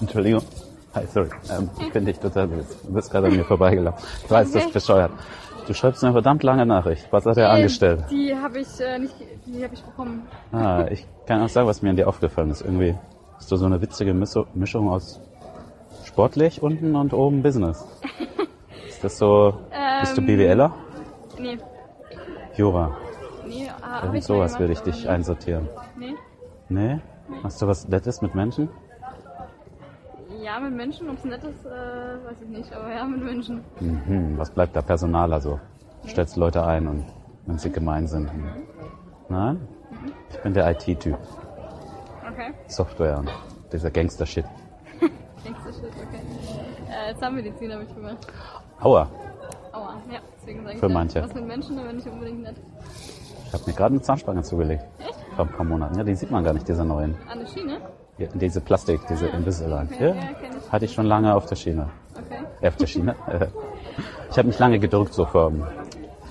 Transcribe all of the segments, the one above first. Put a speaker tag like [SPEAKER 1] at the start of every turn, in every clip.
[SPEAKER 1] Entschuldigung. Hi, sorry. Ähm, Finde ich total blöd. Du bist gerade an mir vorbeigelaufen. Ich weiß, das ist bescheuert. Du schreibst eine verdammt lange Nachricht. Was hat er angestellt?
[SPEAKER 2] Die habe ich äh, nicht, die habe ich bekommen.
[SPEAKER 1] Ah, ich kann auch sagen, was mir an dir aufgefallen ist. Irgendwie bist du so eine witzige Miso- Mischung aus sportlich unten und oben Business. Ist das so, bist du
[SPEAKER 2] Ähm.
[SPEAKER 1] BWLer?
[SPEAKER 2] Nee,
[SPEAKER 1] Jura.
[SPEAKER 2] nee, äh, hab
[SPEAKER 1] Irgend
[SPEAKER 2] ich
[SPEAKER 1] Also sowas
[SPEAKER 2] mal gemacht,
[SPEAKER 1] würde ich
[SPEAKER 2] aber
[SPEAKER 1] dich
[SPEAKER 2] nee.
[SPEAKER 1] einsortieren. Nee? Hast du was Nettes mit Menschen?
[SPEAKER 2] Nee. Ja, mit Menschen, ob es nett ist, äh, weiß ich nicht, aber ja, mit Menschen.
[SPEAKER 1] Mhm, was bleibt da Personal also? Stellst Leute ein und wenn sie gemein sind. Nein? Ich bin der IT-Typ.
[SPEAKER 2] Okay,
[SPEAKER 1] Software und dieser Gangster-Shit.
[SPEAKER 2] denkst du shit, okay. Äh, Zahnmedizin habe ich gemacht.
[SPEAKER 1] Aua,
[SPEAKER 2] Aua, ja, deswegen sage ich
[SPEAKER 1] Für
[SPEAKER 2] ja,
[SPEAKER 1] manche.
[SPEAKER 2] Was mit Menschen, da bin ich unbedingt nett.
[SPEAKER 1] ich habe mir gerade eine Zahnspange zugelegt. Vor ein paar Monaten. Ja, die sieht man gar nicht, diese neuen.
[SPEAKER 2] An der Schiene?
[SPEAKER 1] Ja, diese Plastik, diese Invisalign.
[SPEAKER 2] okay,
[SPEAKER 1] Ja,
[SPEAKER 2] ja, kenn ich.
[SPEAKER 1] hatte ich schon lange auf der Schiene.
[SPEAKER 2] Okay.
[SPEAKER 1] Äh, auf der Schiene? ich habe mich lange gedrückt, so vor.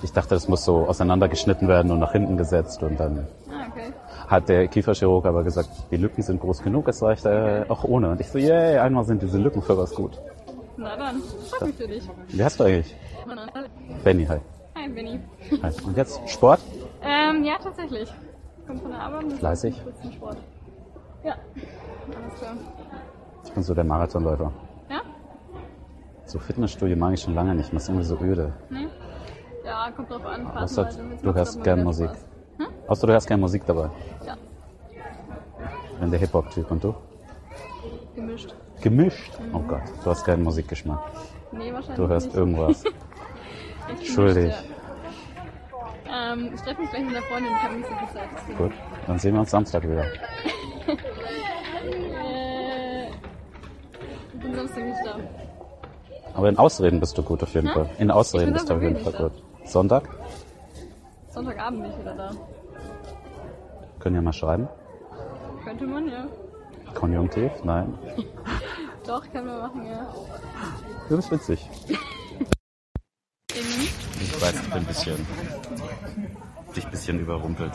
[SPEAKER 1] Ich dachte, das muss so auseinandergeschnitten werden und nach hinten gesetzt und dann
[SPEAKER 2] Ah, okay.
[SPEAKER 1] hat der Kieferchirurg aber gesagt, die Lücken sind groß genug, es reicht äh, auch ohne. Und ich so, yay, einmal sind diese Lücken für was gut.
[SPEAKER 2] Na dann, freut mich für dich.
[SPEAKER 1] Wie heißt du eigentlich? Benny, hi.
[SPEAKER 2] Hi, Benni.
[SPEAKER 1] hi. Und jetzt Sport?
[SPEAKER 2] Ähm, ja, tatsächlich. Kommt von der Arbeit. und
[SPEAKER 1] Fleißig.
[SPEAKER 2] ein bisschen Sport. Ja. Alles klar.
[SPEAKER 1] Ich bin so der Marathonläufer.
[SPEAKER 2] Ja?
[SPEAKER 1] So Fitnessstudio mag ich schon lange nicht, man ist irgendwie so öde.
[SPEAKER 2] Nee? Ja, kommt drauf an.
[SPEAKER 1] Außer
[SPEAKER 2] phasenweise. Jetzt
[SPEAKER 1] du
[SPEAKER 2] macht's
[SPEAKER 1] hörst
[SPEAKER 2] doch mal
[SPEAKER 1] gern
[SPEAKER 2] wieder
[SPEAKER 1] Musik.
[SPEAKER 2] Spaß.
[SPEAKER 1] Außer du hörst gern Musik dabei.
[SPEAKER 2] Ja,
[SPEAKER 1] Ich bin der Hip-Hop-Typ und du?
[SPEAKER 2] gemischt.
[SPEAKER 1] Gemischt.
[SPEAKER 2] Mhm.
[SPEAKER 1] Oh Gott, du hast keinen Musikgeschmack.
[SPEAKER 2] Nee, wahrscheinlich
[SPEAKER 1] Du hörst
[SPEAKER 2] nicht.
[SPEAKER 1] irgendwas.
[SPEAKER 2] Echt gemischt,
[SPEAKER 1] Schuldig.
[SPEAKER 2] Ja. Ähm, ich treffe mich gleich mit der Freundin, ich habe nicht so viel Zeit. deswegen.
[SPEAKER 1] Gut, dann sehen wir uns Samstag wieder.
[SPEAKER 2] Äh, ich bin Samstag nicht da.
[SPEAKER 1] Aber in Ausreden bist du gut auf jeden
[SPEAKER 2] Hm?
[SPEAKER 1] Fall. In Ausreden
[SPEAKER 2] Ich bin
[SPEAKER 1] bist du auf jeden Fall
[SPEAKER 2] Samstag
[SPEAKER 1] gut. Sonntag?
[SPEAKER 2] Sonntagabend bin ich wieder da.
[SPEAKER 1] Können wir mal schreiben.
[SPEAKER 2] Könnte man, ja.
[SPEAKER 1] Konjunktiv? Nein.
[SPEAKER 2] Doch, können wir machen, ja.
[SPEAKER 1] Du bist witzig. Ich weiß, ich bin ein bisschen. dich ein bisschen überrumpelt.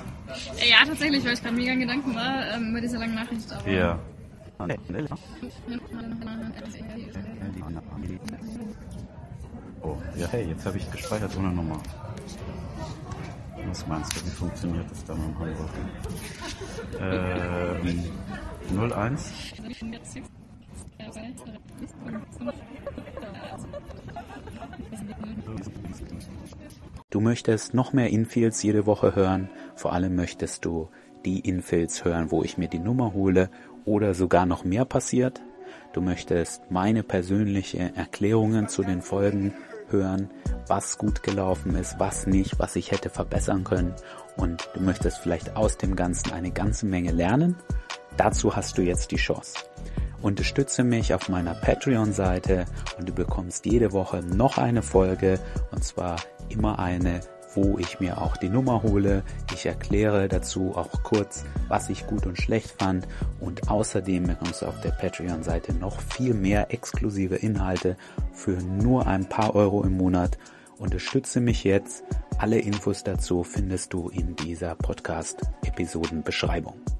[SPEAKER 2] Äh, Ja, tatsächlich, weil ich gerade mega in Gedanken war, ähm, über diese lange Nachricht. Aber
[SPEAKER 1] Ja. ne? Oh, ja, hey, jetzt habe ich gespeichert ohne Nummer. Was meinst du, wie funktioniert das dann am Handrücken? Ähm, 01?
[SPEAKER 3] Du möchtest noch mehr Infills jede Woche hören. Vor allem möchtest du die Infills hören, wo ich mir die Nummer hole oder sogar noch mehr passiert. Du möchtest meine persönliche Erklärungen zu den Folgen hören, was gut gelaufen ist, was nicht, was ich hätte verbessern können. Und du möchtest vielleicht aus dem Ganzen eine ganze Menge lernen. Dazu hast du jetzt die Chance. Unterstütze mich auf meiner Patreon-Seite und du bekommst jede Woche noch eine Folge und zwar immer eine, wo ich mir auch die Nummer hole. Ich erkläre dazu auch kurz, was ich gut und schlecht fand und außerdem bekommst du auf der Patreon-Seite noch viel mehr exklusive Inhalte für nur ein paar Euro im Monat. Unterstütze mich jetzt. Alle Infos dazu findest du in dieser Podcast-Episodenbeschreibung.